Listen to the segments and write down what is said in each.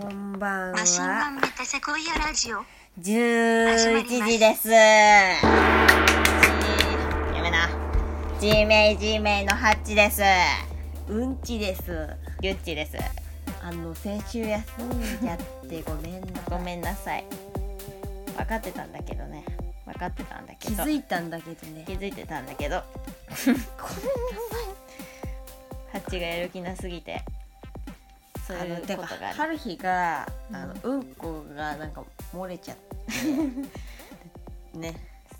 こんばんマシンガは。ンメタセコイアラジオ。 11時です。じーやめな。G メイ G メイのハッチです。うんちです。ゆっちです。あの先週休んじゃってご めんな。ごめんなさい。分かってたんだけどね。分かってたんだけ気ど。づいたんだけどね気。づいてたんだけど。ごめんなさい。ハッチがやる気なすぎて。そうあいうのこてとかがある。春日があのうんこがなんか漏れちゃ って。ね、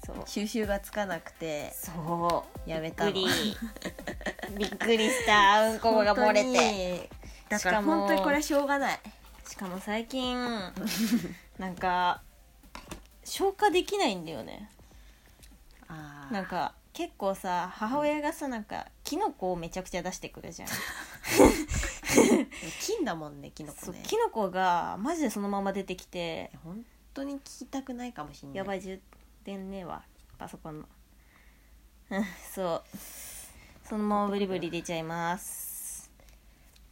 そう。収集がつかなくてそう。やめたのびっくり。 びっくりした。うんこが漏れて。てだかしからも本当にこれはしょうがないしかも最 近なんか消化できないんだよねあなんか結構さ母親がさなんかキノコをめちゃくちゃ出してくるじゃん、金だもんねキノコそうねキノコがマジでそのまま出てきて本当に聞きたくないかもしれないやばいい充電ねえわパソコンの うんそうそのままブリブリ出ちゃいます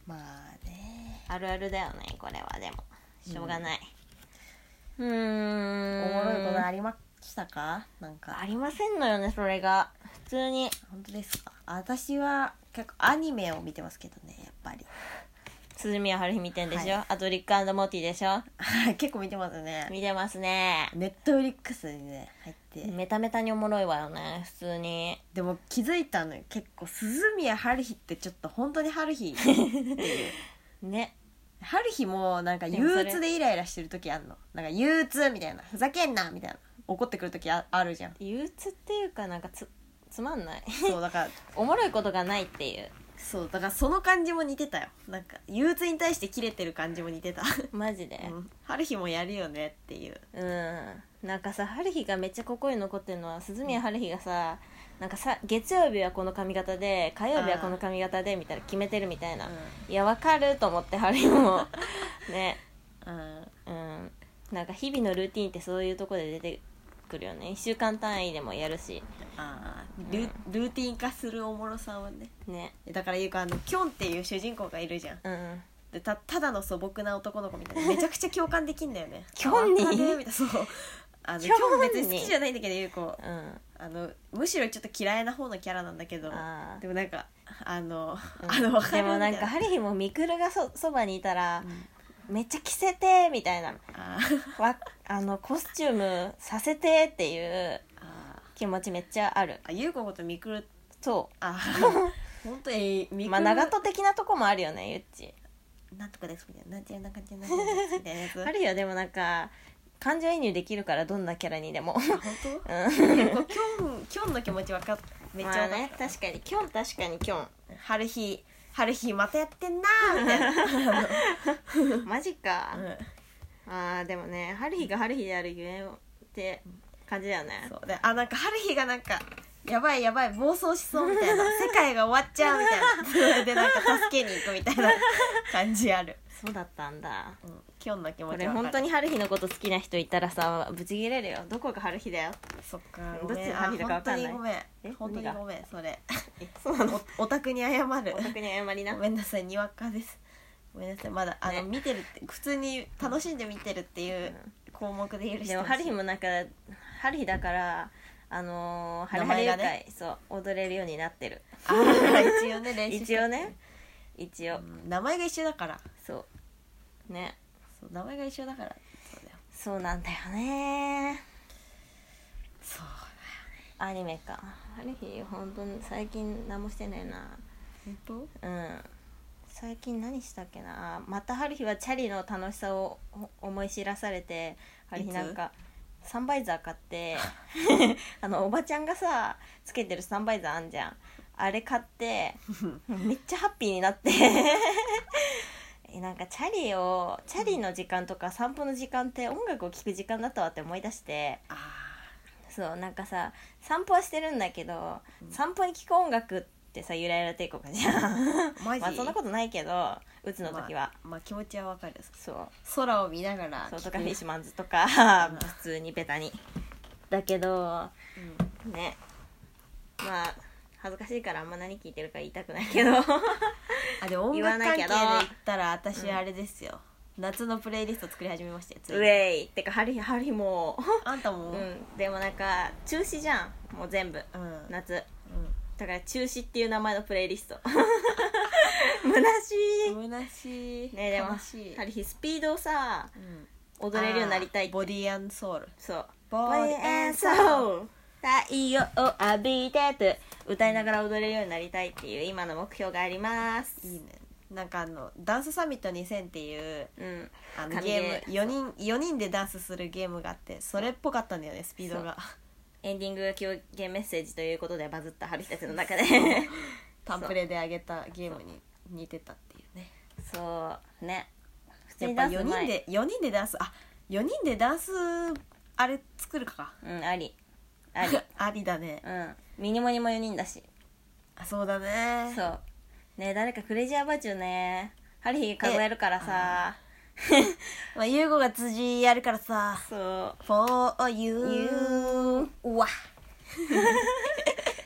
まあねあるあるだよねこれはでもしょうがないうんおんもろいことありましたかなんかありませんのよねそれが普通に本当ですか私は結構アニメを見てますけどねやっぱり鈴宮春日見てんでしょ、はあとリックアンドモーティーでしょはい結構見てますね見てますねネットフリックスにね入ってメタメタにおもろいわよね普通にでも気づいたのよ結構鈴宮春日ってちょっと本当に春 日っていうね春日もなんか憂鬱でイライラしてる時あんのなんか憂鬱みたいなふざけんなみたいな怒ってくる時ああるじ ゃん憂鬱っていうかなんかつつまんないそうだからおもろいことがないっていうそうだからその感じも似てたよなんか憂鬱に対してキレてる感じも似てた、マジでうん、春日もやるよねっていううん、なんかさ春日がめっちゃ心に残ってるのは鈴宮春日がさなんかさ月曜日はこの髪型で火曜日はこの髪型でみたいな決めてるみたいな、いやわかると思って春日も ねうんうん、なんか日々のルーティンってそういうとこで出てくるよね1週間単位でもやるしあール,、ルーティン化するおもろさをねねだからいうかあのキョンっていう主人公がいるじゃんうんでたただの素朴な男の子みたいなめちゃくちゃ共感できんだよ ねキョンにあわかるみたいなそうあ のキキョョンにン別に好きじゃないんだけどゆう子うんあのむしろちょっと嫌いな方のキャラなんだけどあーでもなんかあの、うんあのわかでるみもたないんかな春日もみくるがそそばにいたら、めっちゃ着せてみたいなあーわあのコスチュームさせてっていうあ気持ちめっちゃあるーあゆう子ことみくるそあ 本当にみくる、うまあ長門的なとこもあるよねゆっちなんとかですみたいななんちゃらなんかちゃらなんちゃらですみたいなやつ春日はでもなんか感情移入できるからどんなキャラにで もあ本当うん結構キョンキョンの気持ちわかっめっちゃまあわかった、ね確かにキョン確かにキョン春日春日またやってんなーみたい な、マジか、うんあーでもね春日が春日であるゆえんって感じだよねそうであなんか春日がなんかやばいやばい暴走しそうみたいな世界が終わっちゃうみたいなそれ でなんか助けに行くみたいな感じある、そうだったんだうん、キョンの気持こちれわかる本当に春日のこと好きな人いたらさブチギレるよどこが春日だよそっかどっちごめんの春日かわかんなあい本当にごめんえ本当に何がごめんそれえそうなのおオタクに謝るお 宅に謝りなごめんなさいにわかですごめんなさいまだあの、ね見てるって普通に楽しんで見てるっていう項目で許してでもほしい春日もなんか春日だからあのー、ハレ名ハレ前愉が快、ねそう踊れるようになってるあー一応ね練習して一応ね一応、うん名前が一緒だからそうねそう名前が一緒だからそうだよそうなんだよねそうアニメか春日本当に最近何もしてないな本当うん最近何したっけなあまた春日はチャリの楽しさをお思い知らされて春日いつなんかサンバイザー買って あのおばちゃんがさつけてるサンバイザーあんじゃんあれ買って めっちゃハッピーになって えなんかチャリをチャリの時間とか散歩の時間って音楽を聴く時間だったわって思い出してあそうなんかさ散歩はしてるんだけど、散歩に聴く音楽ってさゆらゆら帝国じゃんマジまあそんなことないけどうちの時は、まあ、まあ気持ちはわかるそう空を見ながらそうと聞かくフィッシュマンズとかうん普通にベタにだけどねまあ恥ずかしいからあんま何聞 いてるか言いたくないけどあでも音言わ楽ない関け係どで言ったら私あれですよ、夏のプレイリスト作り始めましたよつウいにェイってか春日春日もあんたうも、うんでもなんか中止じゃんもう全部うん夏うだから中止っていう名前のプレイリスト 虚しいん、虚しいねでも悲しい、春日スピードをさうん、踊れるようになりたいってボディアンソウルそうボボディエンソー太陽を浴びてって歌いながら踊れるようになりたいっていう今の目標がありますいいねなんかあのダンスサミット2000っていううんあの紙ゲでーム4人4人でダンスするゲームがあってそれっぽかったんだよねスピードがエンディングが狂言メッセージということでバズった春日たちの中でタンプレで上げたゲームに似てたっていうねそうね普やっぱダンス4うま人いで4人でダンスあ4人でダンスあれ作るかうんありあり ありだねうんミニモニも4人だしあそうだねそうね誰かクレイジーアバチューねハリーが数えるからさまあユーゴが辻やるからさそう「for you」うわ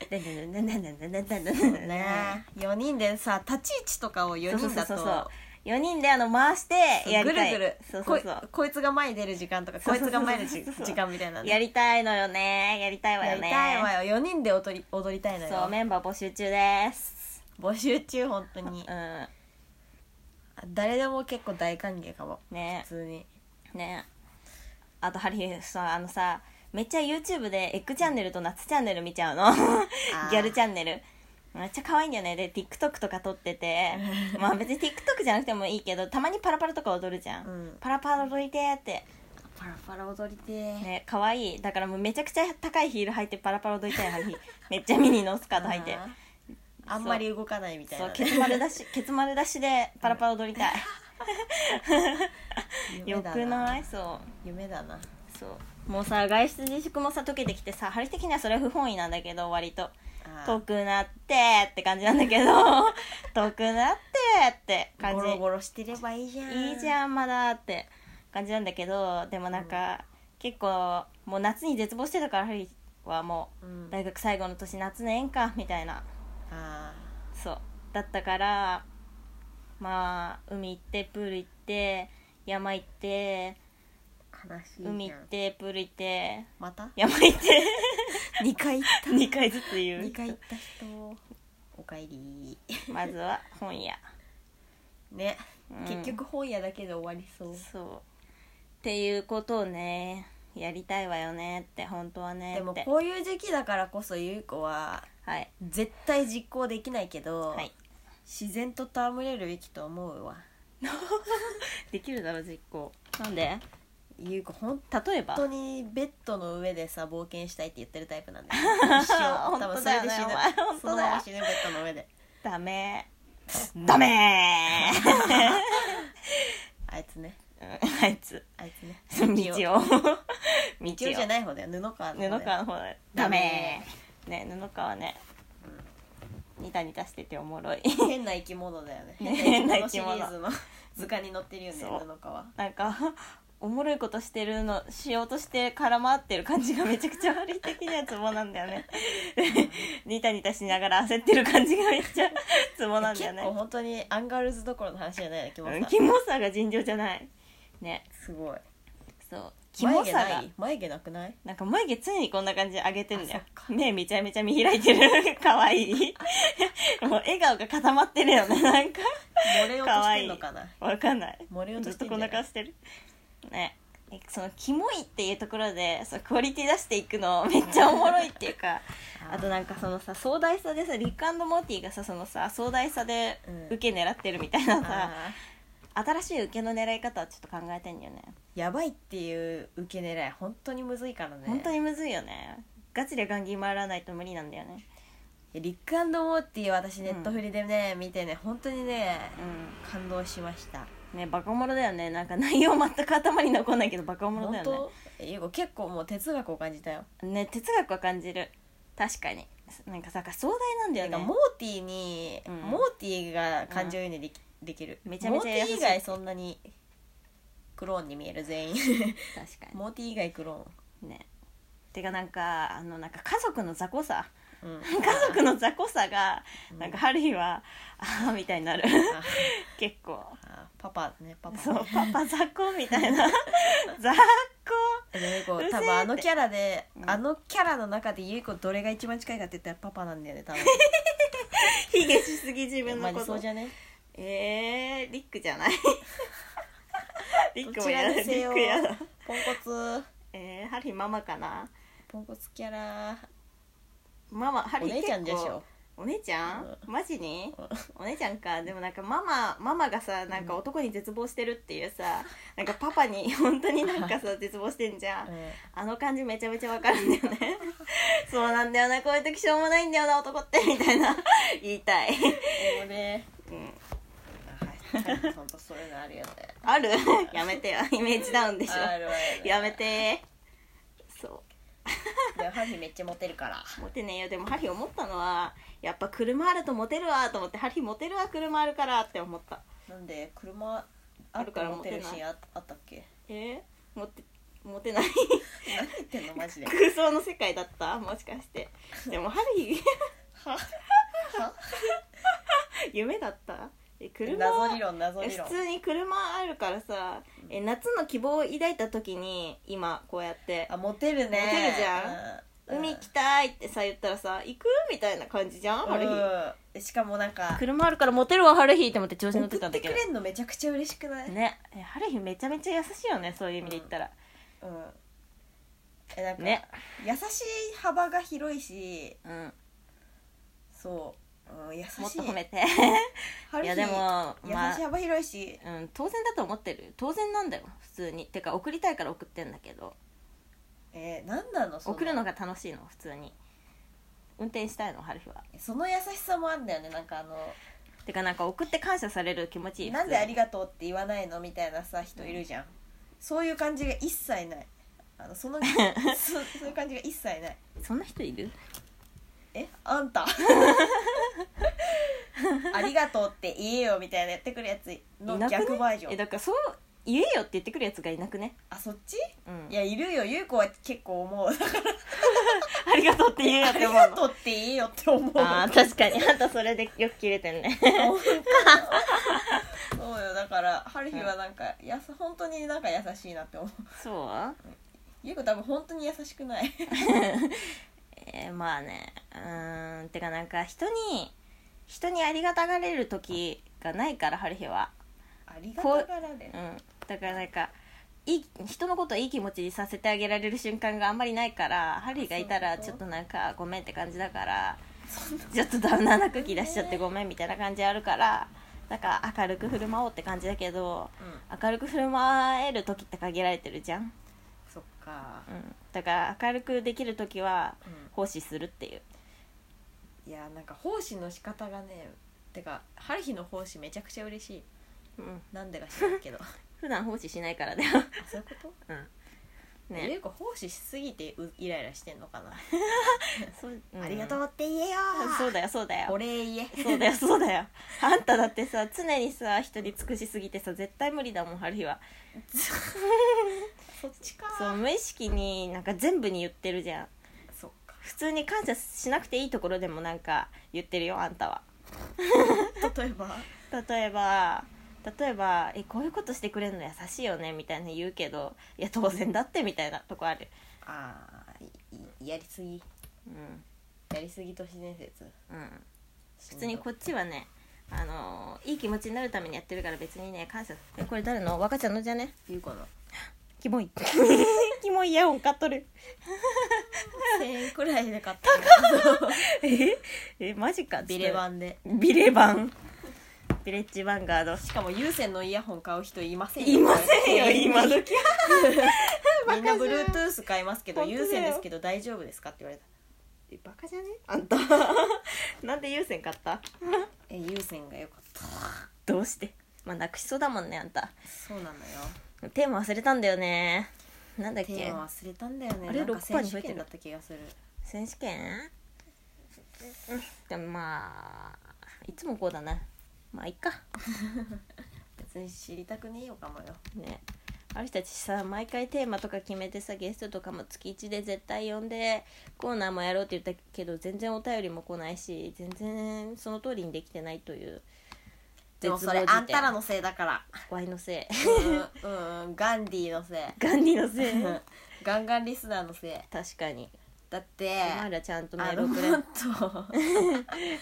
でんでんでんでんでんでんでんでんでんでんでんね4人でさ立ち位置とかを4そ人うそうだそうとそう4人であの回してやぐりるたいぐるそうそこういそうこいつが前に出る時間とかそうこそいうそつうそうが前のじそうそう時間みたいなのやりたいのよねやりたいわやよりねたいわよ4人で踊り踊りたいのそうよメンバー募集中です募集中本当にうん誰でも結構大歓迎かもね普通にねあとハリーさあのさめっちゃ YouTube でエッグチャンネルとナッツチャンネル見ちゃうの ギャルチャンネルめっちゃ可愛いんだよねで TikTok とか撮ってて まあ別に TikTok じゃなくてもいいけどたまにパラパラとか踊るじゃん、うんパラパラ踊りてーってパラパラ踊りてーね可愛いだからもうめちゃくちゃ高いヒール履いてパラパラ踊りたい ハリーめっちゃミニのスカート履いてあーあんまり動かないみたいそなうねケツ丸出しケツ丸出しでパラパラ踊りたい、よ夢だくないそう夢だなそうもうさ外出自粛もさ解けてきてさ春的にはそれは不本意なんだけど割とあ遠くなってって感じなん だけど遠くなってってー感ゴじロゴロしてればいいじゃんいいじゃんまだって感じなんだけどでもなんか、結構もう夏に絶望してたから春はもううん大学最後の年夏の縁かみたいなあそうだったからまあ海行ってプール行って山行ってー悲しいじゃん海行ってプール行ってまた山行って 2回行った2回ずつ言う2回行った人おかえり まずは本屋ね、うん結局本屋だけで終わりそうそうっていうことをねやりたいわよねって本当はねでもってこういう時期だからこそゆう子ははい絶対実行できないけど、はい自然と戯れるべきと思うわできるだろ実行なんでゆう子ほん例えば本当にベッドの上でさ冒険したいって言ってるタイプなんだよ一生多分それで死ぬ本当だよねお前本そ当のだよまま死ぬベッドの上でダメダメあいつね うんあいつあいつね 道を道道をじゃない方だよ布川の方布だよ川の方だよダメね布川ねニタニタしてておもろい 変な生き物だよねね変な生き 変物シなリー生きズの図鑑に載ってるよねそう布川なんかおもろいことしてるのしようとして絡まってる感じがめちゃくちゃ悪い的なやつもなんだよね ニタニタしながら焦ってる感じがめっちゃツボなんだ結構よね本当にアンガールズどころの話じゃないよねキモさうんキモさが尋常じゃないねすごいそうキモさ眉毛ながい眉毛なくないなんか眉毛常にこんな感じで上げてんだよあ目めちゃめちゃ見開いてる かわいいもう笑顔が固まってるよねなんか漏れ落としてんのかなわかんない漏れ落とずっしてとんこじゃんなない顔してるねえそのキモいっていうところでそのクオリティ出していくのめっちゃおもろいってい うかあとなんかそのさ壮大さでさリックモーティがさそのさ壮大さでうん受け狙ってるみたいなさ、あ新しい受けの狙い方をちょっと考えてんよねーやばいっていう受け狙い本当にむずいからね本当いにむずいよねガチでガンギ回らないと無理なんだよねやリックモーティー私んネットフリでね、見てね本当にね、う感動しましたんねバカもろだよねなんか内容全く頭に残んないけどバカもろだ本よね当ゆうこ結構もう哲学を感じたよね哲学は感じる確かになんかさ壮大なんなだよんかねモーティーに、うんモーティーが感情移入でき,、できるめちゃめちゃ優しいモーティー以外そんなにクローンに見える全員 確かモーティー以外クローンにねてかなんかあのなんか家族の雑魚さ うん、家族の雑魚さがうんなんかハリーはああみたいになる結構あパパねパパねそうパパ雑魚みたい な雑で魚もゆうこうるせえ多分あのキャラで、うんあのキャラの中でゆいこどれが一番近いかって言ったらパパなんだよね多分卑下しすぎ 自分まのあこそうとじゃねえー、リックじ ゃないリックもやだどちらにリせッよクやだポンコツえー、ハリーママかなポンコツキャラママハリおー姉ちゃんでし結ょ構お姉ちゃん、うマジにうんお姉ちゃんかでもなんかママママがさなんか男に絶望してるっていうさなんかパパに 本当になんかさ絶望してんじゃんうあの感じめちゃめちゃわかるんだよね そうなんだよなこういう時しょうもないんだよな男ってみたいな 言いたい、ん、もうねうん、はい本当そういうのあるよねあるやめ てよイメージダウンでしあょるあるやめてそうでもハリーめっちゃモテるからモテねえよでもハリー思ったのはやっぱ車あるとモテるわと思ってハリーモテるわ車あるからって思ったなんで車ああるるかかららモモテテないるシーンああったっけえー、モテモテない何言ってんのマジで空想の世界だったもしかしてでもハリーはは夢だったえ車は謎理論謎え理論普通に車あるからさえ夏の希望を抱いた時に今こうやってあモテるねモテるじゃ「う海行きたい」ってさ言ったらさ「行く?」みたいな感じじゃんハルヒうんしかもなんか車あるからモテるわハルヒって思って調子乗って送たっんだてけくどれんのめちゃくちゃ嬉しくない、ねえハルヒめちゃめちゃ優しいよねそういう意味で言ったら、うんえなんか、ね優しい幅が広いしうん、そう、うん、優しいもっと褒めてハルいヒやでもま優しあい、幅広いしうん、当然だと思ってる当然なんだよ普通にてか送りたいから送ってんだけどえー、何なのその送るのが楽しいの普通に運転したいのハルヒはその優しさもあんだよねなんかあのてかなんか送って感謝される気持ちいいなんでありががとうって言わないのみたいなさ人いるじゃん、そういう感じが一切ないあのそ のそそういう感じが一切ないそんな人いるえあん たありがとうって言えよみたいなやってくるやつのいなくね逆バージョえンだからそう言えよって言ってくるやつがいなくねあそっちうんいやいるよゆう子は結構思うありがとうって言えよあっりて思がうのとうって言えよって思うあー確かにあんたそれでよく切れてんねそうよだから春日はなんか、やさ本当になんか優しいなって思うそうゆう子多分本当に優しくないえーまあねうーんてかなんか人に人にありがたがれる時がないから春日はありがたがられるうんだからなんかいい人のことをいい気持ちにさせてあげられる瞬間があんまりないからハリーがいたらそうちょっとなんかごめんって感じだからそんなちょっとダウナーな空気出しちゃってごめんみたいな感じあるからなんか明るく振る舞おうって感じだけどうん明るく振る舞える時って限られてるじゃん、そっかう、ん、だから明るくできる時はう、奉仕するっていうんいやなんか奉仕の仕方がねてか春日の奉仕めちゃくちゃ嬉しいうんなんでか知らんけ どあ普段奉仕しないからだよ、そういうこうん、と、ねゆう子奉仕しすぎてうイライラしてんのかな、そう、ありがとううって言えよんそうだよそうだよお礼言えそうだよそうだよあんただってさ常にさ人に尽くしすぎてさ絶対無理だもん春日はそっちかそう無意識になんか全部に言ってるじゃんそっか普通に感謝しなくていいところでもなんか言ってるよあんたは 例えば例えば例えば「えこういうことしてくれるの優しいよね」みたいな言うけど「いや当然だって」みたいなとこあるあーいいやりすぎうんやりすぎ都市伝説うん普普通にこっちはねあのーいい気持ちになるためにやってるから別にね感謝えこれ誰の若ちゃんのじゃねゆう子のキモいキモいイヤホン買っとる1000円くらいで買ったのええマジかビレバンでビレバンビレッジヴァンガードしかも有線のイヤホン買う人いませんいませんよ今時みんな Bluetooth 買いますけど本当だよ有線ですけど大丈夫ですかって言われたバカじゃねあんた なんで優先買ったえ有線が良かったどうしてまあなくしそうだもんねあんたそうなのよテーマ忘れたんだよねなんだっテけーマ忘れたんだよねあれなんか6%選に手増えて権るだった気がする選手権うんでもまあいつもこうだなまあいっか別に知りたくねえよかもよねあの人たちさ毎回テーマとか決めてさゲストとかも月1で絶対呼んでコーナーもやろうって言ったけど全然お便りも来ないし全然その通りにできてないというでもそれあんたらのせいだ からワイのせい うん、うん、ガンディのせいガンディのせい ガンガンリスナーのせい確かにだってお前らちゃんとメあーのルもくっれ、と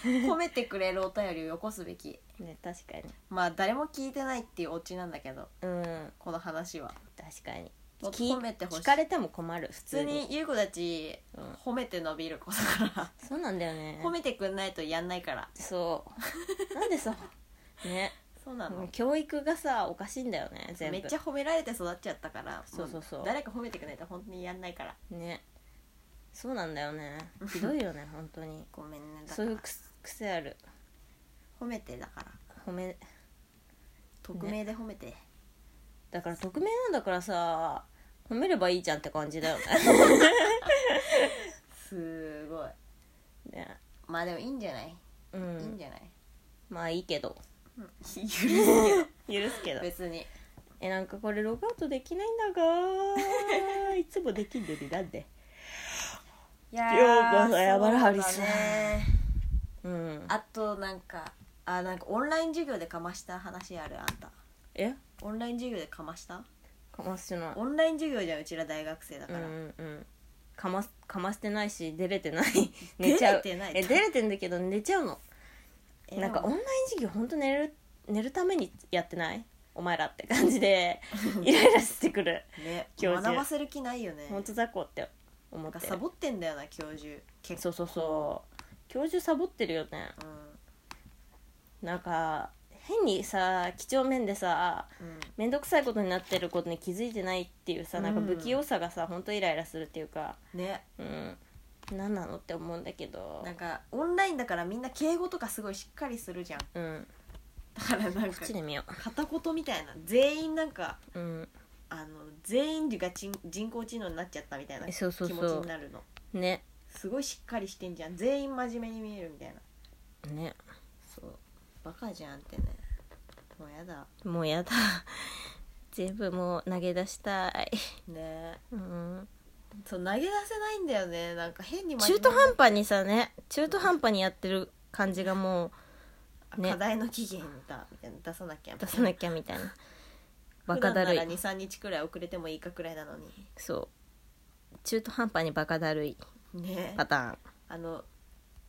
褒めてくれるお便りをよこすべき ね、確かにまあ誰も聞いてないっていうオチなんだけどうんこの話は確かにもっと聞褒めてほしい聞かれても困る普普通通にに優子たちうん褒めて伸びる子だからそうなんだよね褒めてくんないとやんないからそうなんでさ ねそうなの教育がさおかしいんだよね全部めっちゃ褒められて育っちゃったからそうそうそうも誰か褒めてくんないと本当にやんないからねそうなんだよねひどいよ ね本当にごめんねだかそうらいうくす癖ある褒めてだから褒め匿名で褒めて、だから匿名なんだからさ褒めればいいじゃんって感じだよね すごいねまあでもいいんじゃない、ういいんんじゃ ないまあいいけど許すよ許すけど別にえなんかこれログアウトできないんだが いつもできんのになんでいやようこそ山田ハリスそうだねうんあとなんかあなんかオンライン授業でかました話あるあんたえオンライン授業でかましたかましてないオンライン授業じゃんうちら大学生だうから、んうんかますかましてないし出れて ない寝ちゃう出れてないえ出れてんだけど寝ちゃうのえなんかオンでもライン授業ほんと寝る寝るためにやってないお前らって感じで イライラしてくるね教学授ばせる気ないよねほんと雑魚って思なっんかてサボってんだよな教授結構そうそうそう教授サボってるよねうなんか変にさ几帳面でさんうん面倒くさいことになってることに気づいてないっていうさなんかうん不器用さがさほんとイライラするっていうかねうん何なのって思うんだけどなんかオンラインだからみんな敬語とかすごいしっかりするじゃんだうんからなんこかっちで見よ片言みたいな全員なんかううんあの全員がちん人工知能になっちゃったみたいな気そう持そうちそうになるのねすごいしっかりしてんじゃん全員真面目に見えるみたいなねそうバカじゃんってねもうやだもうやだ 全部もう投げ出したいねうんそう投げ出せないんだよねなんか変に真面中目途半端にさね中途半端にやってる感じがもね課題の期限だみたいな出さなきゃう出さなゃきゃみたいなバカだる普い段なら23日くらい遅れてもいいかくらいなのにそう中途半端にバカだるいねパターンあの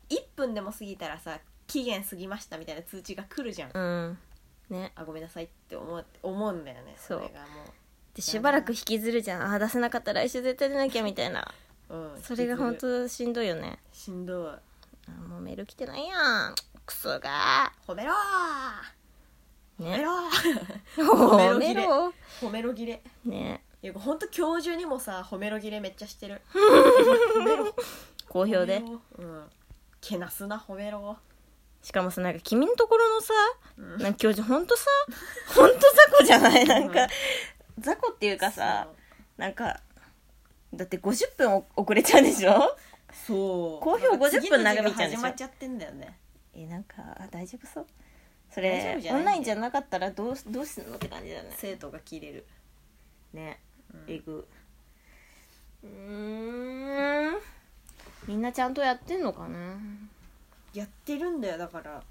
1分でも過ぎたらさ期限過ぎましたみたいな通知が来るじゃん、うんねあごめんなさいって思う思うんだよねそうれがもでしばらく引きずるじゃんあー出せなかった来週絶対出なきゃみたいなう、うん、それが本当しんどいよねしんどいあーもうメール来てないやんクソが褒めろーー褒めねろー 褒めめろろ褒めろ切れねいやほんと今日中にもさ褒めろ切れめっちゃしてる褒めろ好評で褒めろうんけなすな褒めろしかもさなんか君のところのさ、うんなんか教授ほんとさ ほんと雑魚じゃないなんか、雑魚っていうかさなんかだって50分お遅れちゃうでしょそう好評50分長引いちゃうんで始しょまっちゃってんだよねえなんかあ大丈夫そうそ大丈れ夫じゃなオいンラインじゃなかったらどうどうすんのって感じだよね生徒が切れるねうんえぐうーんみんなちゃんとやってんのかなやってるんだよだから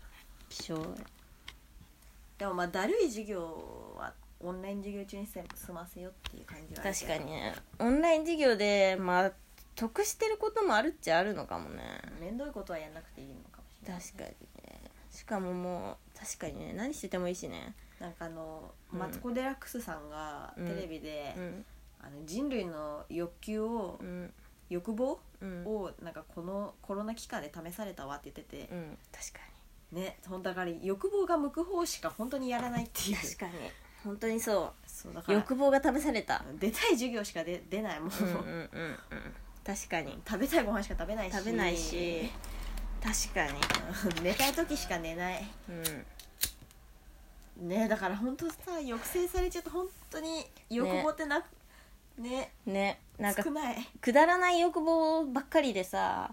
気象でもまあだるい授業はオンライン授業中にせ済ませよっていう感じはあるけ確どかにねオンライン授業でまあ得してることもあるっちゃあるのかもね面倒いことはやんなくていいのかもしれない確かにねしかももう確かにね何しててもいいしねなんかあの、うんマツコ・デラックスさんがうんテレビで、うんあの人類の欲求を、うん欲望うんをなんかこのコロナ期間で試されたわって言っててう、ん確かねほんとだから欲望が向く方しか本当にやらないっていにう確かに本当にそそうだかうら欲望が試された出たい授業しか出出ないもん、うんうんうんうん確かに食べたいご飯しか食べないし食べないし確かにうん寝たい時しか寝ないうんねだから本当さ抑制されちゃうと本当に欲望ってなくねねなんか少ない、くだらない欲望ばっかりでさ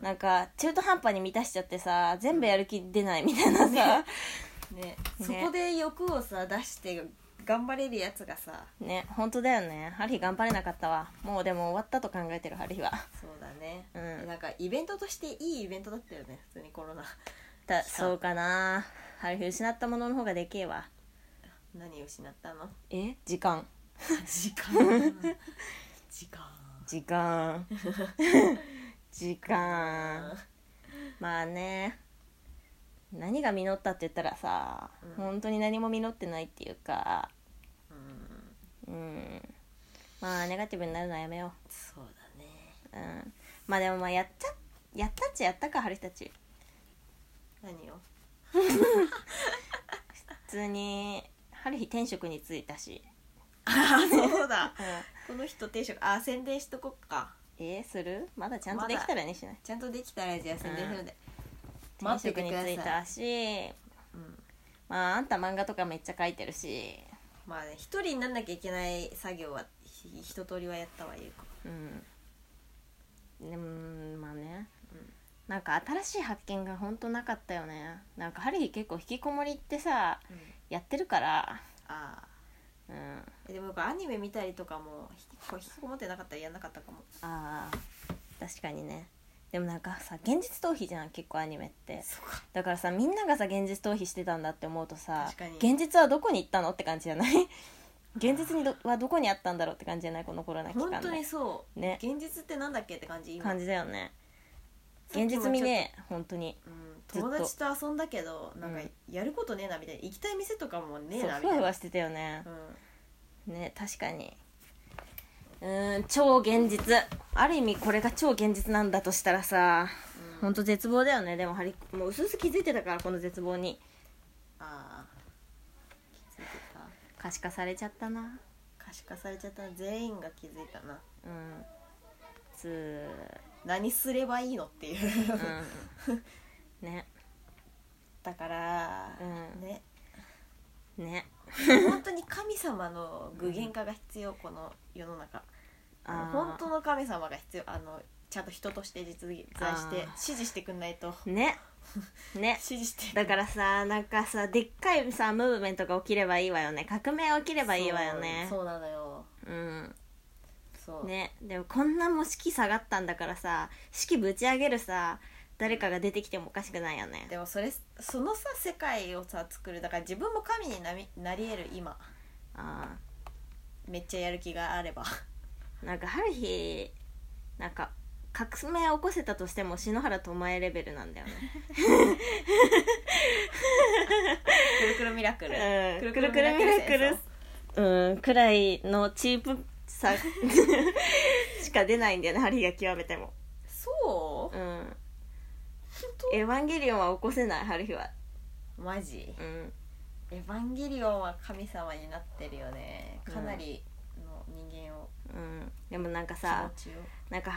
なんか中途半端に満たしちゃってさ全部やる気出ないみたいなさ、ねねそこで欲をさ出して頑張れるやつがさね本当だよねハリー頑張れなかったわもうでも終わったと考えてるハリーはそうだね、うんなんかイベントとしていいイベントだったよね普通にコロナだそうそうかなハリー失ったものの方がでけえわ何を失ったのえ時間時間時間時間 時間まあね何が実ったって言ったらさ、うん本当に何も実ってないっていうかうんうんまあネガティブになるのはやめよそうだねう、うん、まあでもまあやっちゃやったっちゃやったか春日たち何を普通に春日転職に就いたし、あそうだう ん、この人定職あ宣伝しとこっかえー、するまだちゃんとできたらねしないちゃんとできたらじゃあ宣伝するので、転職に就いたしうん、まああんた漫画とかめっちゃ描いてるしまあね一人になんなきゃいけない作業はひ一通りはやったわゆうこうんでもうんまあね、うんなんか新しい発見がほんとなかったよねなんかハリー結構引きこもりってさやってるからああうんえでも僕アニメ見たりとかもひこう引きこもってなかったらやんなかったかもあー確かにねでもなんかさ現実逃避じゃん結構アニメってそうかだからさみんながさ現実逃避してたんだって思うとさ確かに現実はどこに行ったのって感じじゃない 現実にどはどこにあったんだろうって感じじゃないこのコロナ期間本の当にそう、ね現実ってなんだっけって感じ今感じだよねさっきもち現ょっと実味ね本当にうん、ずっと友達と遊んだけどなんかうんやることねえなみたいな行きたい店とかもねえそうなみふたわいふなわしてたよねうん、ね確かにうーん超現実ある意味これが超現実なんだとしたらさうん本当絶望だよねでもハリもううすうす気づいてたからこの絶望にああ気づいてた可視化されちゃったな可視化されちゃったな全員が気づいたなうんつ何すればいいのって いう、ーうんねだから、うんねね本当に神様の具現化が必要この世の中あー本当の神様が必要あのちゃんと人として実在してあー指示してくんないとねね指示してだからさなんかさでっかいさムーブメントが起きればいいわよね革命起きればいいわよねそうそうなのようんそう、ねでもこんなもう式下がったんだからさ式ぶち上げるさ誰かが出てきてもおかしくないよねでもそれそのさ世界をさ作るだから自分も神になみなり得る今あめっちゃやる気があればーなんかある日なんか革命起こせたとしても篠原智恵レベルなんだよね くるくるミラクル、うんくるくるミラクルうんくらいのチープさ しか出ないんだよねハリーが極めてもそううん当エヴァンゲリオンは起こせないハリーはマジうんエヴァンゲリオンは神様になってるよねかなりの人間を、うんでもなんかさ気持ちをなんか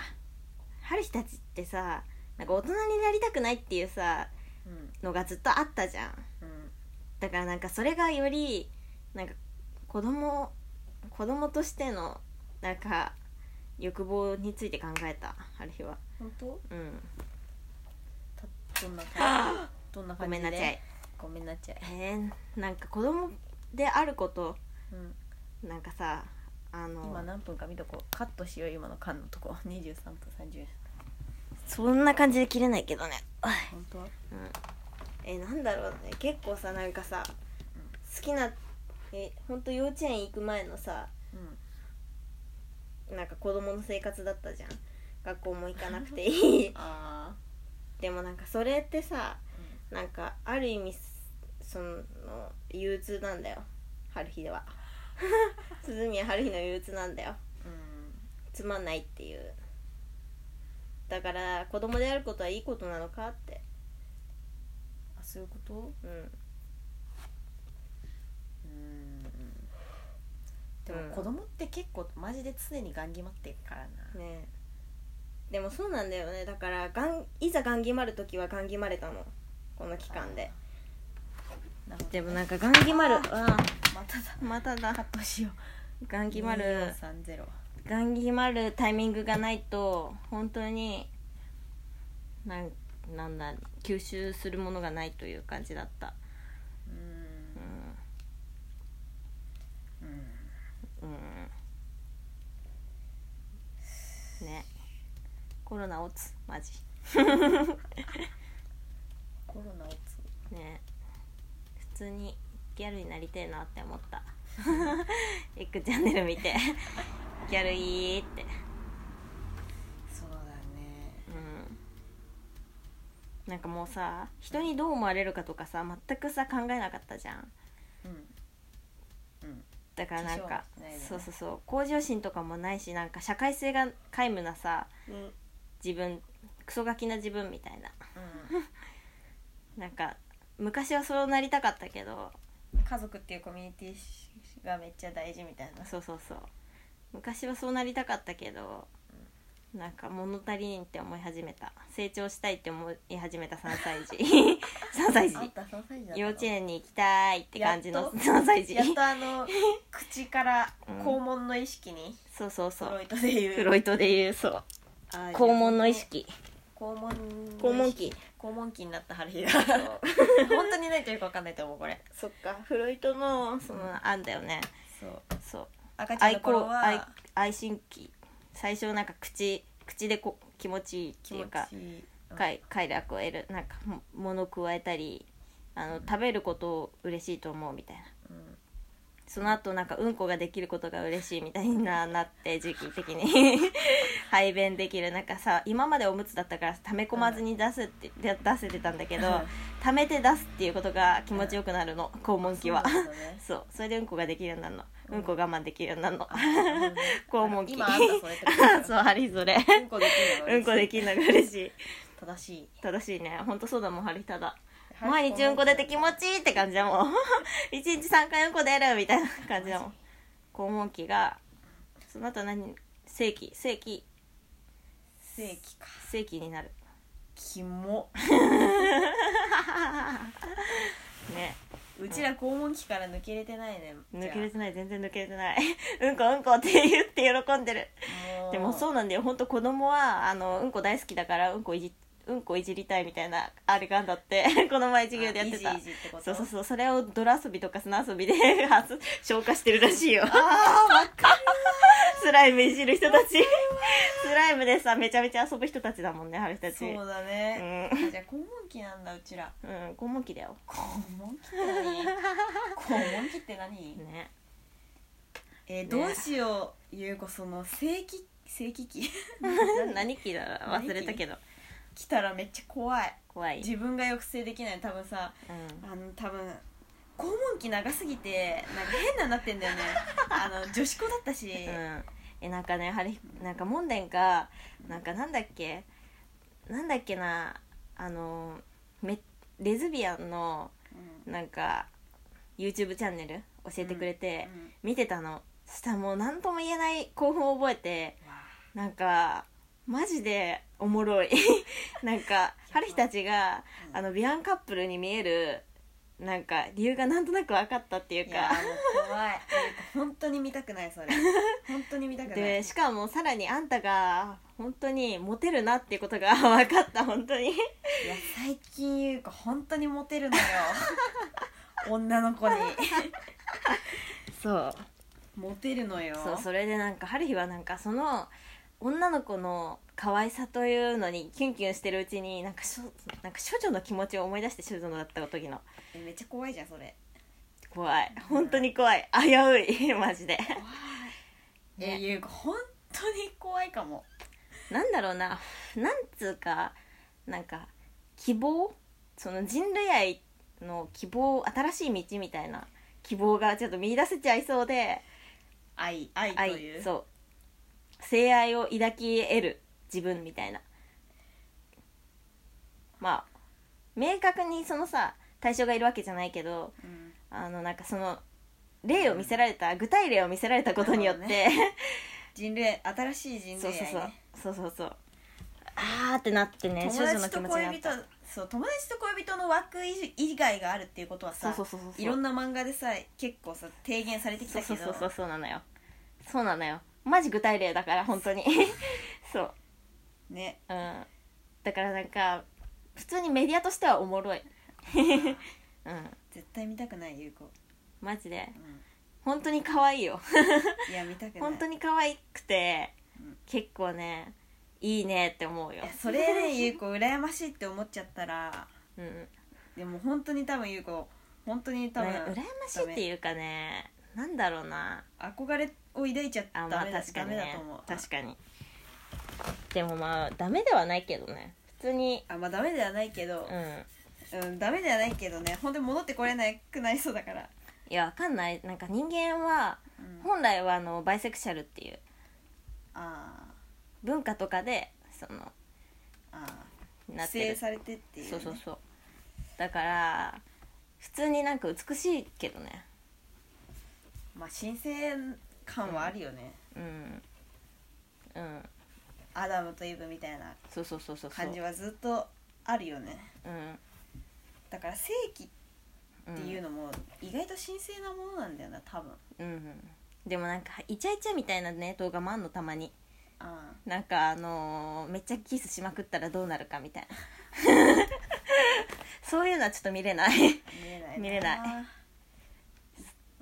春日たちってさなんか大人になりたくないっていうさうんのがずっとあったじゃんうんだからなんかそれがよりなんか子供子供としてのなんか欲望について考えたある日は本当うんどんな感じどんなご感じめんなさいごめんなちゃい、えー、なんか子供であることうん、なんかさあ今の何分か見とこうカットしよう今の間のとこ23分30秒そんな感じで切れないけどねあ本当はうんえなんだろうね結構さなんかさ好きなえ本当幼稚園行く前のさうんなんか子供の生活だったじゃん学校も行かなくてい いあでもなんかそれってさあ、なんかある意味その憂鬱なんだよ春日では鈴宮春日の憂鬱なんだようん、つまんないっていうだから子供であることはいいことなのかってあそういうことうんうんでうんも子供って結構マジで常にガン決まってるからな、ねえでもそうなんだよねだからがんいざがんぎまる時はがんぎまれたのこの期間でなるほどでもなんかがんぎまるああまただまただカットしよがんうぎまる2430がんぎまるタイミングがないと本当になんなんだ吸収するものがないという感じだったうんうんコロナおつマジコロナをつね普通にギャルになりてえなって思った エッグチャンネル見てギャルいいってそうだねうんなんかもうさ人にどう思われるかとかさ全くさ考えなかったじゃんうんうんだからなんか、化粧もしないでねそうそうそう向上心とかもないしなんか社会性が皆無なさうん自分クソガキな自分みたいななんか昔はそうなりたかったけど家族っていうコミュニティがめっちゃ大事みたいなそうそうそう昔はそうなりたかったけどなんか物足りんって思い始めた成長したいって思い始めた3歳児3 歳あん児た3歳児だったの幼稚園に行きたいって感じやのっと3歳児やっとあ の口からうん肛門の意識にそうそうそフロうイトで言うフロイトで言うそうあー肛門の意識肛門肛門期肛門期になった春日が本当に何というか分かんないと思うこれそっかフロイトのその案だよねそうそう赤ちゃん愛の頃好愛は愛心期最初なんか口口でこ気持ちいいっていうか気持ちいいうん快快楽を得るなんかも物を加えたりあの食べることを嬉しいと思うみたいなうんその後なんかうんこができることが嬉しいみたいななっ て時期的に 排便できるなんかさ今までおむつだったから溜め込まずに出すって、で出せてたんだけどうん溜めて出すっていうことが気持ちよくなるの、肛門期はそうなんだねそうそれでうんこができるようになるの、ううんんこ我慢できるようになるの肛 肛門期今あんたそれってことだよ そうありそれうんこできるのうんこできるのが嬉しい正しい正しいねほんとそうだもんハリただ毎日うんこ出て気持ちいいって感じだもん一日3回うんこ出るみたいな感じだもん肛門期がその後何正規正規正規か正規になるキモねうちら肛門期から抜けれてないね抜けれててない全然抜けれてない うんこうんこって言って喜んでるでもうそうなんだよほんと子供はあのうんこ大好きだからうんこいじうんこいじりたいみたいなあれがあんだって この前授業でやってたあイジイジってことそうそうそうそれを泥遊びとか砂遊びで 発消化してるらしいよあーわかスライムいじる人たちスライムでさめちゃめちゃ遊ぶ人たちだもんね春人たるちそうだうね、んあじゃあ肛門期なんだうちらうん拷問期だよ肛門期って何肛門期って何ねえーねどうしようゆうこその正規正規期 何期だろう忘れたけど来たらめっちゃ怖い怖い、うん、自分が抑制できない多分さあの多分肛門期長すぎてなんか変ななってんだ よねあの女子校だったし、うん、えなんかねはりなんか門殿がなんかなんだっけなんだっけなあのめレズビアンのなんか YouTube チャンネル教えてくれて、うんうん見てたのそしたらもう何とも言えない興奮を覚えてなんかマジでおもろい なんか春日たちがうんあのビアンカップルに見えるなんか理由がなんとなく分かったっていういやーかもう怖い本当に見たくないそ れ本当に見たくないでしかもさらにあんたが本当にモテるなっていうことが 分かった本当いにや最近ゆうこ本当にモテる のよ女の子にそうモテるのよそうそれでなんか春日はなんかその女の子の可愛さというのにキュンキュンしてるうちになんかしょなんか処女の気持ちを思い出して処女だった時のえめっちゃ怖いじゃんそれ怖い本当に怖い危うい マジでえゆうこ本当に怖いかもなんだろうななんつうかなんか希望その人類愛の希望新しい道みたいな希望がちょっと見出せちゃいそうで愛愛という愛そう性愛を抱き得る自分みたいなまあ明確にそのさ対象がいるわけじゃないけどうんあのなんかその例を見せられた具体例を見せられたことによって、人類新しい人類そう愛、そうそうね、そうそうそうあーってなってね少友女の達気と持ちにな恋っ人たそう友達と恋人の枠以以外があるっていうことはそうさそうそうそうそういろんな漫画でさ結構さ提言されてきそたうけそどうそうそうそうなのよそうなのよマジ具体例だから 本当にそうねうんだからなんか普通にメディアとしてはおもろいうん絶対見たくないゆうこ、マジでうん、本当に可愛いよいや見たくない本当に可愛くてうん結構ねいいねって思うよいやそれで優子羨ましいって思っちゃったらうんでも本当に多分優子本当に多分ね羨ましいっていうかねなんだろうな憧れを抱いちゃあダメまだ,、あ確かにダメだねと思う確かにでもまあダメではないけどね普通にあまあダメではないけどう、んうんダメではないけどね本当に戻ってこれなくなりそうだから、いやわかんないなんか人間はうん本来はあのバイセクシャルっていうあ文化とかでそのーあーな規って制るされてっていう、ね、そうそうそうだから普通になんか美しいけどねまあ新鮮感はあるよね、うんうんアダムとイブみたいなそうそうそうそうそう感じはずっとあるよねうんだから正規うんっていうのも意外と神聖なものなんだよな多分うんでもなんかイチャイチャみたいなね動画もあんのたまにあなんかあのーめっちゃキスしまくったらどうなるかみたいな そういうのはちょっと見れないあ見れない見れない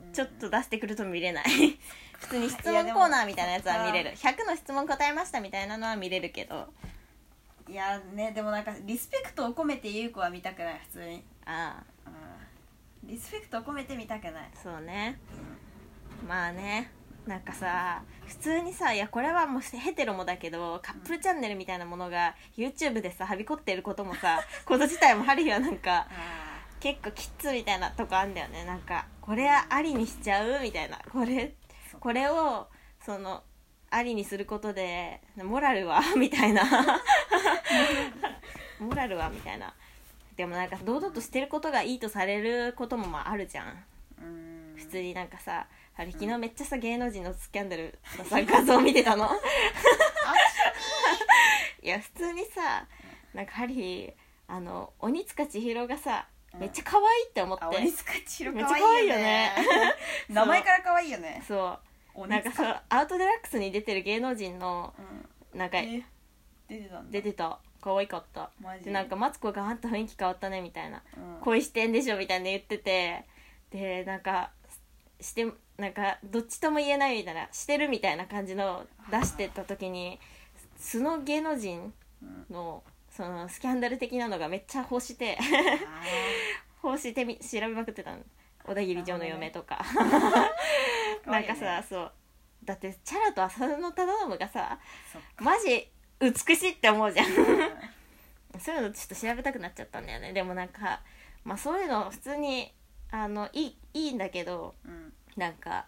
うんちょっと出してくると見れない普通に質問コーナーみたいなやつは見れる100の質問答えましたみたいなのは見れるけどいやねでもなんかリスペクトを込めて優子は見たくない普通にああうんリスペクトを込めて見たくないそうねまあねなんかさ普通にさいやこれはもうヘテロもだけどカップルチャンネルみたいなものが YouTube でさはびこってることもさこと自体もハリーはなんかあ結構キッズみたいなとこあんだよねなんかこれはありにしちゃうみたいなこれそうこれをそのありにすることでモラルは みたいなモラルはみたいなでもなんか堂々としてることがいいとされることもまああるじゃんーうん普通になんかさあれ昨日めっちゃさ芸能人のスキャンダルのさ画像見てたのいや普通にさなんかハリーあの鬼塚千尋がさうんめっちゃ可愛いって思って、あ鬼塚千尋可めっちゃ可愛愛いいよよねね 名前から可愛いよねそおうなんかそのアウトデラックスに出てる芸能人のうんなんかえ出てたんだ出てた可愛かったマジでなんかマツコがあんた雰囲気変わったねみたいなうん恋してんでしょみたいな言っててでなんかしてなんかどっちとも言えないみたいなしてるみたいな感じの出してった時に素の芸能人うんのそのスキャンダル的なのがめっちゃ欲して あ欲してみ調べまくってたの小田切城の嫁とか、ー可愛いよなんかねさそうだってチャラと浅野忠信がさそっマジ美しいって思うじゃんかそういうのちょっと調べたくなっちゃったんだよねでもなんか、まあ、そういうの普通にあのいいいいんだけどうんなんか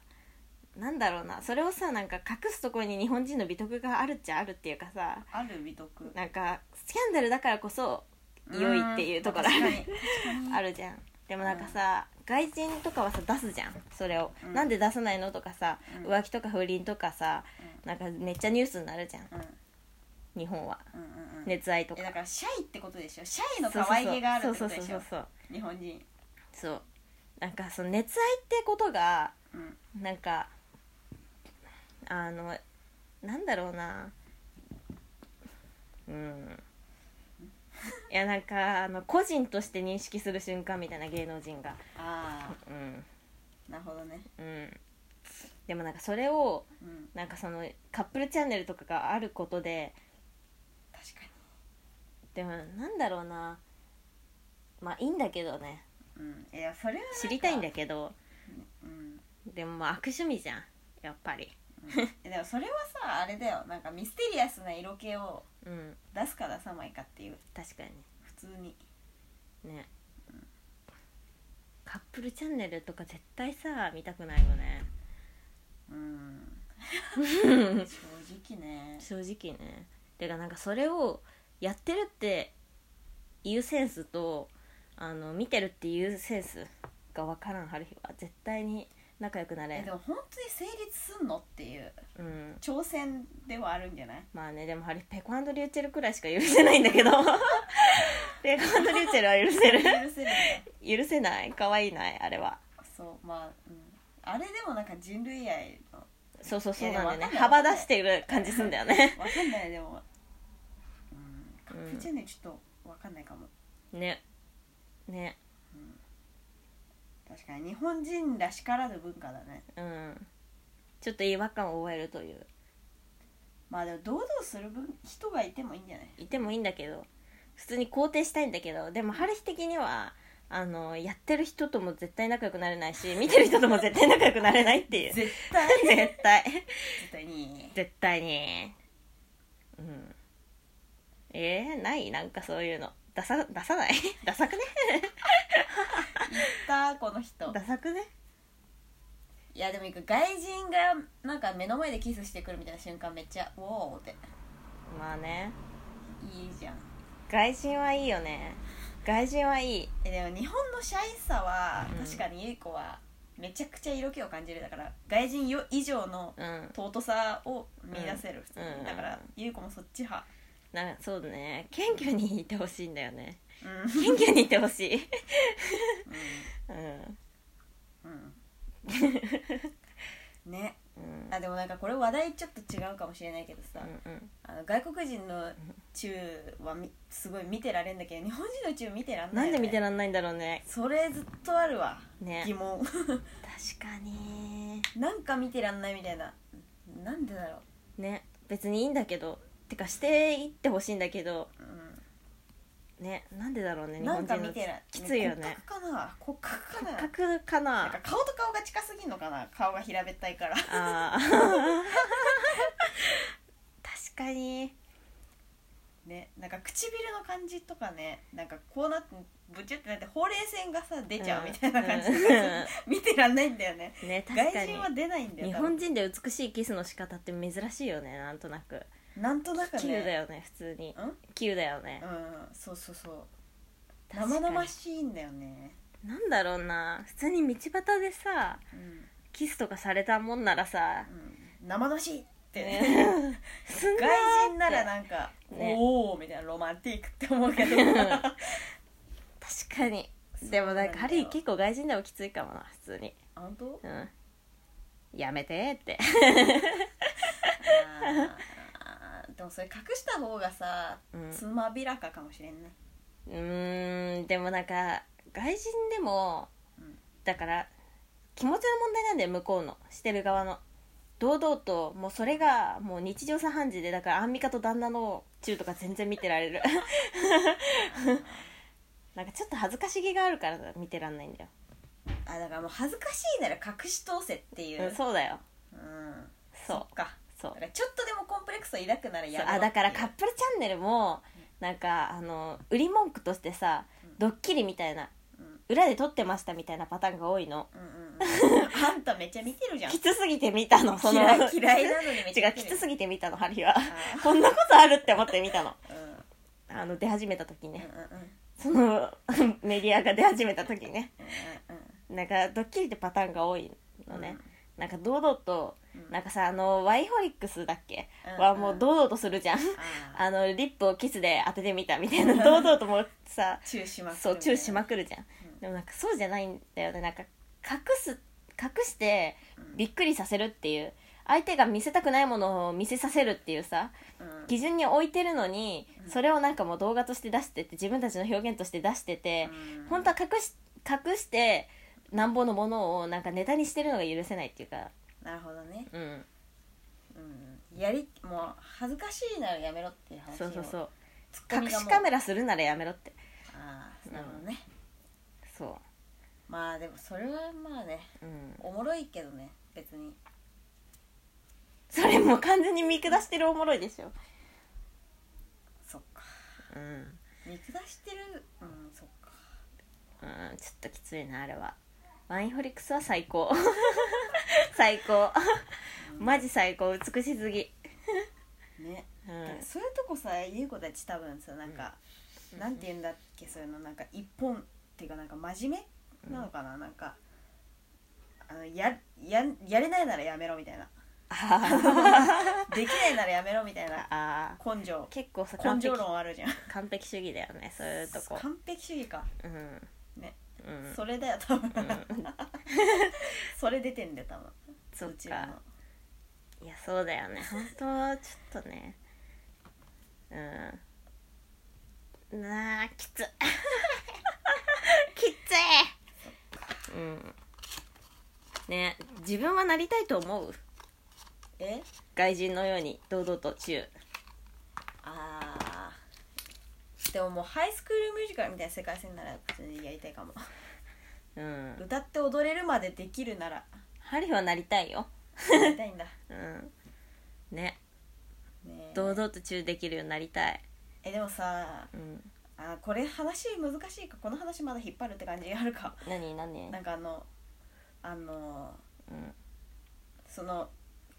なんだろうなそれをさなんか隠すところに日本人の美徳があるっちゃあるっていうかさある美徳なんかスキャンダルだからこそ良いっていうところん確かにあるじゃんでもなんかさ、外人とかはさ出すじゃんそれを、うんなんで出さないのとかさ、うん浮気とか不倫とかさなんかめっちゃニュースになるじゃんうん日本はうんうんうん 熱愛とかえだからシャイってことでしょシャイの可愛げがあるってことでそうしそうそうょそうそう日本人そうなんかその熱愛ってことがうんなんかあのなんだろうなうんいやなんかあの個人として認識する瞬間みたいな芸能人があうんあなるほどねうんでもなんかそれをうんなんかそのカップルチャンネルとかがあることで確かでもなんだろうなまあいいんだけどねにうんいやそれはなんか知りたいんだけどうんでもまあ悪趣味じゃんやっぱりえでもそれはさあれだよなんかミステリアスな色気をうん出すか出さないかっていう確かに普通にねカップルチャンネルとか絶対さ見たくないよねうん 正直ね正直ねてかなんかそれをやってるっていうセンスとあの見てるっていうセンスが分からん春日は絶対に仲良くなれえんでも本当に成立すんのっていううん挑戦ではあるんじゃないまあねでもハリペコリューチェルくらいしか許せないん だけどペコリューチェルは許せ許るせるね許せない可愛いないあれは そうまあ、うん、あれでもなんか人類愛のそうそうそういやなんだよでもね分かんない幅出してる感じすんだよね わかんないでもうんカップチェネちょっとわかんないかもねね確かに日本人らしからぬ文化だねうんちょっと違和感を覚えるというまあでも堂々する分人がいてもいいんじゃないいてもいいんだけど普通に肯定したいんだけどでも春日的にはあのやってる人とも絶対仲良くなれないし見てる人とも絶対仲良くなれないっていう絶絶対対絶対 に絶対にうんえー、ないなんかそういうのダサダサないダサくね言ったこの人ダサくねいやでもいいか外人がなんか目の前でキスしてくるみたいな瞬間めっちゃおおってまあねいいじゃん外人はいいよね外人はいいえでも日本のシャイさは、うん確かにゆい子はめちゃくちゃ色気を感じるだから外人よ以上のうん尊さを見出せる、普通にうんだからゆい子もそっち派なそうだね謙虚にいてほしいんだよねうん謙虚にいてほしいうん うん、うん、ねうんあでもなんかこれ話題ちょっと違うかもしれないけどさ、うんうんあの外国人の中はみすごい見てられんだけど日本人の中見てらんなないんよ、ね、で見てんらんないんだろうねそれずっとあるわね疑問 確かになんか見てらんないみたいななんでだろね別にいいんだけどてかしていってほしいんだけどう、うんねなんでだろうね日なん本人かの見てないきついよね骨格かな骨格かな骨格かななんか顔と顔が近すぎんのかな顔が平べったいから あー確かにねなんか唇の感じとかねなんかこうなってぶちゅってなってほうれい線がさ出ちゃうみたいな感じ、うんう 見てらんないんだよねんね確か外に人は出ないんだよ日多本分人で美しいキスの仕方って珍しいよねなんとなくなんとなくねキューだよね普通にんキューだよねうんそうそうそう確か生に々しいんだよね、なんだろうな普通に道端でさうんキスとかされたもんならさうん、生々しいってねねすんなーって 外人な らなんか、ねおおみたいなロマンティークって思うけど 確かにそうでもなんなんだかよハリー結構外人でもきついかもな普通にあ本 当うんやめてーってあーでもそれ隠した方がさ、うんつまびらかかもしれんねうーんでもなんか外人でもうんだから気持ちの問題なんだよ向こうのしてる側の堂々ともうそれがもう日常茶飯事でだからアンミカと旦那の中とか全然見てられる なんかちょっと恥ずかしげがあるから見てらんないんだよ、あだからもう恥ずかしいなら隠し通せっていう、うんそうだようんそうっかそうだからちょっとでもコンプレックスを抱くならやそうめろあだからカッってプルチャンネルもなんかあの売り文句としてさうんドッキリみたいないううん裏で撮ってましたみたいなパターンが多いのうんうんうんあんためっちゃ見てるじゃんきつすぎて見たのその嫌い嫌いなのにめっち 違ゃう見きてるつすぎて見たのハリーは あこんなことあるって思って見たのーうんあの出始めた時うんうんうねんうんその メディアが出始めた時ねうなんかドッキリってパターンが多いのね、なんか堂々とんうんなんかさあのワイホリックスだっけ、うんはもう堂々とするじゃんああのリップをキスで当ててみたみたい な堂々ともうさーチューしまくるそうチューしまくるじゃん、うんでもなんかそうじゃないんだよねなんか隠す隠してうんびっくりさせるっていう相手が見せたくないものを見せさせるっていうさうん基準に置いてるのにうんそれをなんかもう動画として出してって自分たちの表現として出しててうん本当は隠し隠してなんぼのものをなんかネタにしてるのが許せないっていうかなるほどねうんうんやりもう恥ずかしいならやめろっていう話をそうそうそうツッコ隠ミがもしうカメラするならやめろってああなるほどね、そまあでもそれはまあねううんおもろいけどね別にそれもう完全に見下してるおもろいでしょそっかうん見下してるうんそっかうんちょっときついなあれはワインホリックスは最高 最高マジ最高美しすぎね、うだからんそういうとこさ優子たち多分さなんか、うんなんて言うんだっけそういうのなんか一本っていうかなんか真面目なのかな、なんかあのやややれないならやめろみたい なできないならやめろみたいな あー根性結構さ根完性璧論あるじゃん完璧主義だよねそういうとこ完璧主義かうんね、うん、それだよ多分、ん それ出てんだよ多分そっうちらのかいやそうだよね本当はちょっとねうんなあきつきついうんね自分はなりたいと思うえ外人のように堂々とチューあーでももうハイスクールミュージカルみたいな世界線なら普通にやりたいかもうん歌って踊れるまでできるな らハリーはなりたいよやりたいんだうんねねえ堂々とチューできるようになりたいえでもさうんあこれ話難しいかこの話まだ引っ張るって感じある か何何なんかあのあのうんその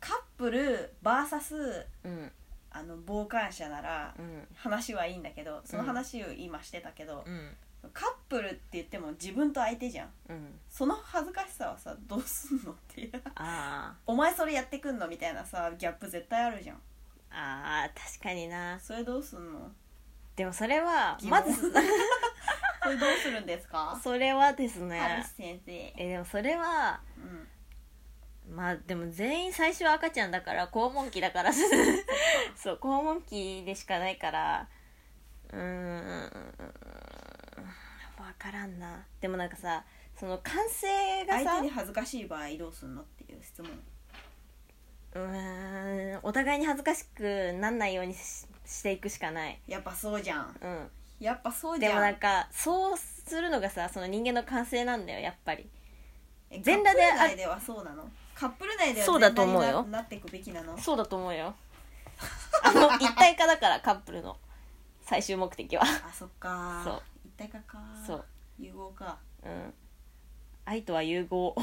カップル VS うんあの傍観者ならうん話はいいんだけどそのうん話を今してたけど、うんカップルって言っても自分と相手じゃんうんその恥ずかしさはさどうすんのっていう あお前それやってくんのみたいなさギャップ絶対あるじゃんーあー確かになそれどうすんのでもそれは疑ま問 ずそれどうするんですかそれはですハルねシ先生えでもそれはうんまあでも全員最初は赤ちゃんだから肛門期だからそう肛門期でしかないからうーん分からんなでもなんかさその完成が相さ手に恥ずかしい場合どうすんのっていう質問うーんお互いに恥ずかしくなんないようにししていくしかないやっぱそうじゃんうんやっぱそうじでもなゃんんかそうするのがさその人間の完成なんだよやっぱりえ全裸でカップル内ではそうなのカップル内ではそうだと思うよ全裸にななっていくべきなのそうだと思う よあの一体化だからカップルの最終目的はあそっかそう一体化かそう融合かうん愛とは融合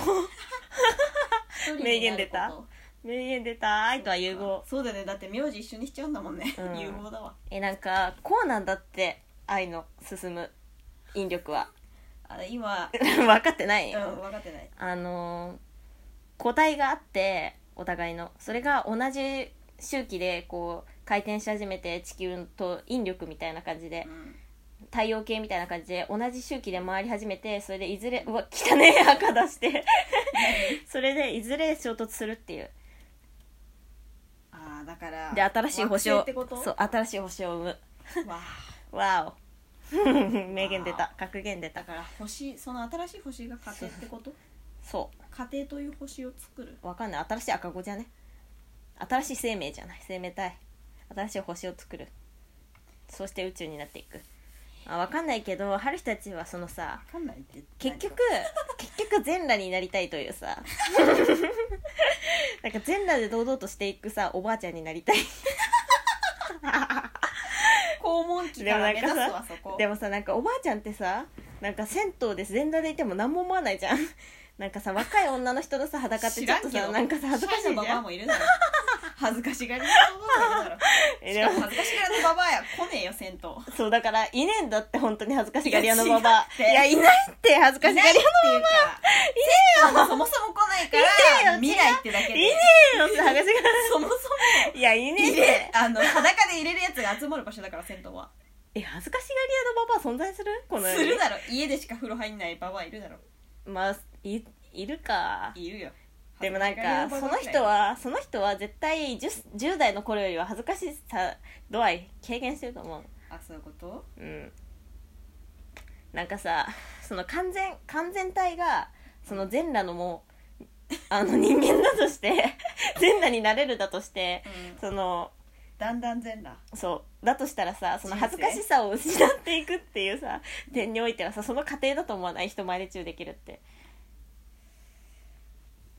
一人になること名言出た 名言出た愛とは融合そうだよねだって名字一緒にしちゃうんだもんね、うん融合だわえなんかこうなんだって愛の進む引力 はあ今、分かってなういん、よ分かってないあのー個体があってお互いのそれが同じ周期でこう回転し始めて地球と引力みたいな感じでうん太陽系みたいな感じで同じ周期で回り始めてそれでいずれうわ汚ねえ赤出してそれでいずれ衝突するっていうあーだからで新しい星を惑星ってことそう新しい星を生むわあわお 名言出た格言出だたから星その新しい星が家庭ってことそ家庭という星を作るうわかんない新しい赤子じゃね新しい生命じゃない生命体新しい星を作るそうして宇宙になっていくあわかんないけど春日たちはそのさ分かんないって結局結局全裸になりたいとい うさなんか全裸で堂々としていくさおばあちゃんになりたい肛門期から目指すでもなわんそこでもさなんかおばあちゃんってさなんか銭湯で全裸でいても何も思わないじゃん なんかさ若い女の人のさ裸って知ちょらっとさなんかさ恥ずかしいシャイじなババゃアんもいるだろ恥ずかしがりのババアもいるだろえしでかもも恥ずかしがりのババアや来ねえよ銭湯そうだからいねえんだって本当に恥ずかしがり屋のいやババアい違うってやいないって恥ずかしがり屋のいないっていうかそもそも来ないからいねえよ違う未来ってだけいねでえよって恥ずかしがそもそもりいやいねえ入っれてあの裸で入れるやつが集まる場所だから銭湯はえ恥ずかしがり屋のババア存在するこの世にするだろ家でしか風呂入んないババアいるだろまあいいるかいるよでもなんかその人はその人は絶対 10, 10代の頃よりは恥ずかしさ度合い軽減してると思うあそういうことうんなんかさその完全完全体がその全裸のもうあの人間だとして 全裸になれるだとしてそのだんだん全裸そうだとしたらさその人生恥ずかしさを失っていくっていうさ点においてはさその過程だと思わない人前で中できるって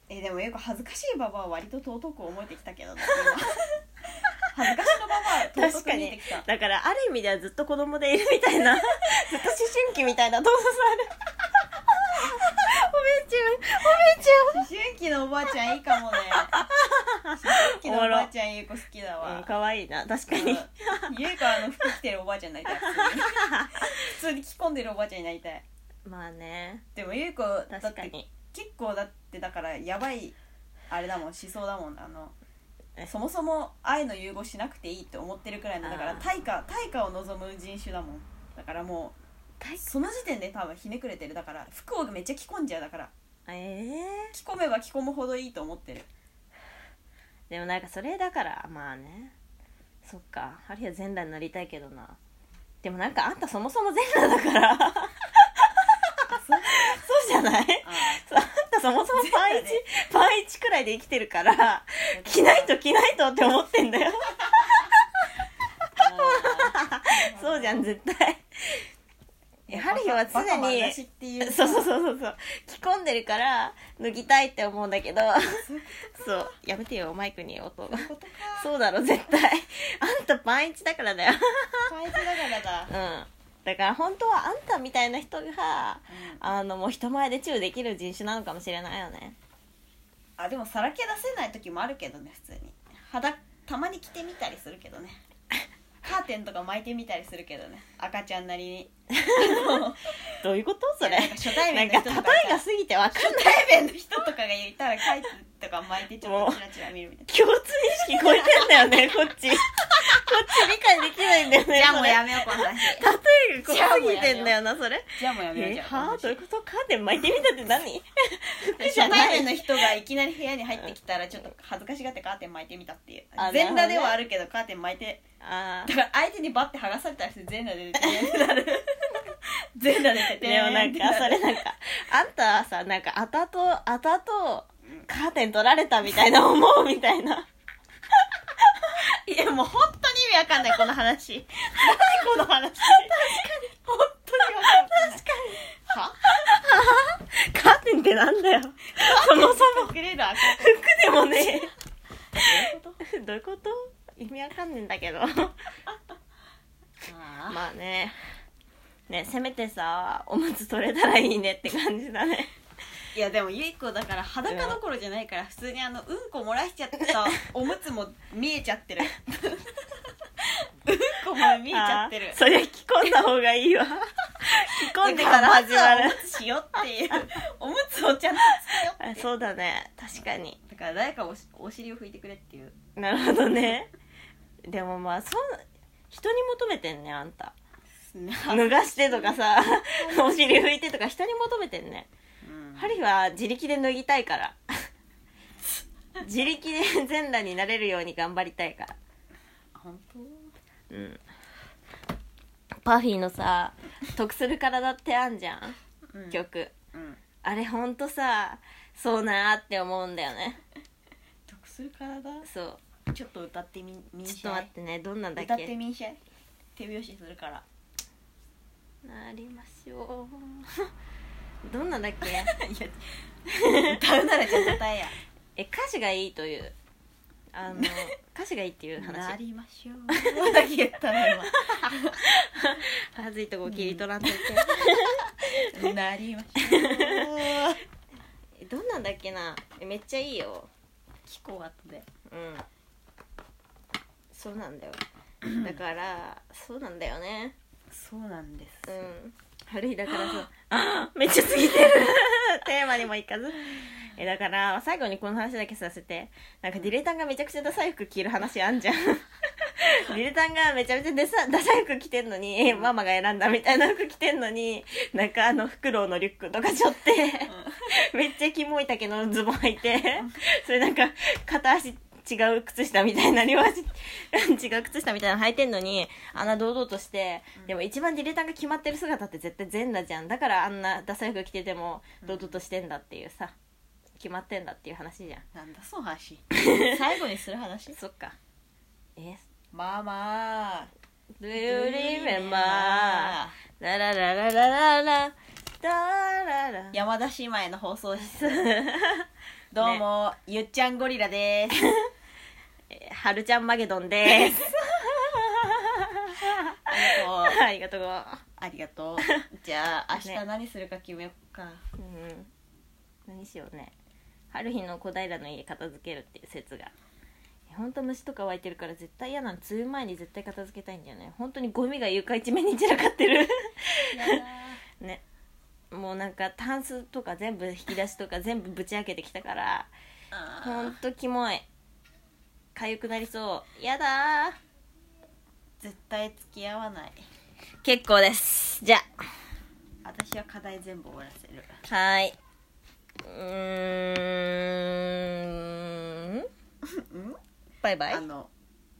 えでもよく恥ずかしいババアは割と尊く思えてきたけどね今 恥ずかしのババアは確尊かく見えてにきただからある意味ではずっと子供でいるみた いなずっと思春期みたいな動作されるおめちゅんおめち思春期のおばあちゃんいいかもね思春期のおばあちゃんゆう子好きだゅんうん わ、可愛いな確かうんにゆう子あの服着てるおばあちゃんになりたい普通に普通に着込んでるおばあちゃんになりたいまあねでもゆう子だっ確かてに結構だってだからやばいあれだもん思想だもんあのえそもそも愛の融合しなくていいって思ってるくらいのだからあー対価対価を望む人種だもんだからもう対その時点で多分ひねくれてるだから服をめっちゃ着込んじゃうだからええ着込めば着込むほどいいと思ってるでもなんかそれだからまあねそっかあるいは全裸になりたいけどなでもなんかあんたそも そも全裸だからそうじゃないあそうあんたそもそもパンイチパンイチくらいで生きてるから 着ないと着ないとって思ってんだよそうじゃん絶対え春日は常バカに話っていうそうそうそうそうそう着込んでるから脱ぎたいって思うんだけどそうやめてよマイクに音そがういうことかそうだろ絶対あんたパンイチだからだよパンイチだからだう、んだから本当はあんたみたいな人がうんあのもう人前でチューできる人種なのかもしれないよねあでもさらけ出せない時もあるけどね普通に肌たまに着てみたりするけど ねカーテンとか巻いてみたりするけどね赤ちゃんなりにどういうこと それなんか初対な面んの人か例とえかが過ぎてわかんない初対面の人とかがいたらカイツとか巻いてちょっとチラチラ見るみたい共通意識超えてんだ よねこっちこっち理解できないんだよな ねじゃあもうやめようこの話例えが濃すぎてんだよなそれ じゃあもうやめようえじゃあはあどういうことカーテン巻いてみたって何初対面の人がいきなり部屋に入ってきたらちょっと恥ずかしがってカーテン巻いてみたっていうあ全なる裸ほどねではあるけどカーテン巻いてあ だから相手にバッて剥がされたりして全裸で出てになる全裸で出ーてでもなんかそれなんかあんたはさなんかあたとあたとカーテン取られたみたいな思うみたいないやもう本当に意味わかんないこの話こ本当にの話わかんない確かにはカーテンってなんだよそもそも隠れる赤服でもねどういうこえどういうこと意味わかんねえんだけどと あまあねねせめてさおむつ取れたらいいねって感じだねーいやでもゆい子だから裸どころじゃないから普通にあのうんこ漏らしちゃったおむつも見えちゃってるうんこも見えちゃってるあーそりゃ着込んだ方がい いわ着込んでから始まだからるまずはおむつしようっていう おむつをちゃんとつけようあそうだね確かにだから誰かおしお尻を拭いてくれっていうなるほどねでもまあそん人に求めてんねあんた脱がしてとかさ お尻拭いてとか人に求めてんねうんハリーは自力で脱ぎたいから 自力で全裸になれるように頑張りたいから本うんパフィーのさ「得する体」ってあんじゃん当うん曲、うんあれほんとさそうなーって思うんだよね得する体そうちょっと歌ってみみんちしょっとゃ待っいてねどんなんだっ歌っけてみんしゃい手拍子するからなりましょう どんなんだっけ歌うならちゃんと歌えやえ歌詞がいいというあ の歌詞がいいっていうな話りましょうだけ言ったらはずいとこ切り取らんといて、今なりましょうえどんなんだっけなえめっちゃいいよ聞こう後でうんそうなんだよだからそうなんだよねそうなんですうん春日だからさ あめっちゃ過ぎて るテーマにもいかずえだから最後にこの話だけさせてなんかディレタンがめちゃくちゃダサい服着る話あんじ ゃんディレタンがめちゃめちゃダサダサい服着てんのにママが選んだみたいな服着てんのになんかあのフクロウのリュックとかちょってめっちゃキモい丈のズボン履いてそれなんか片足違う靴下みたいな両足 違う靴下みたいなの履いてんのにあんな堂々として、でも一番ディレタンが決まってる姿って絶対全裸じゃんだからあんなダサい服着てても堂々としてんだっていうさ決まってんだっていう話じゃんなんだその 話最後にする話そっかえまあまあ Do you remember? ラララララララダララ山田姉妹の放送室どうも、ゆっちゃんゴリラ ですえーはるちゃんマゲドンですありがとうありがとう、ありが とうじゃあ明ね日何するか決めようか、うん、何しようね春日の小平の家片付けるっていう説がほんと虫とか湧いてるから絶対嫌なの梅雨前に絶対片付けたいんだよね本当にゴミが床一面に散らかってる ねもうなんかタンスとか全部引き出しとか全部ぶち開けてきたからあほーんとキモい痒くなりそうやだ絶対付き合わないー結構ですじゃあ私は課題全部終わらせるはい。うーん。バイバイあ。の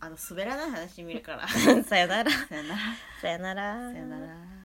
あの滑らない話見るから さよなら。さよならさよなら。さよなら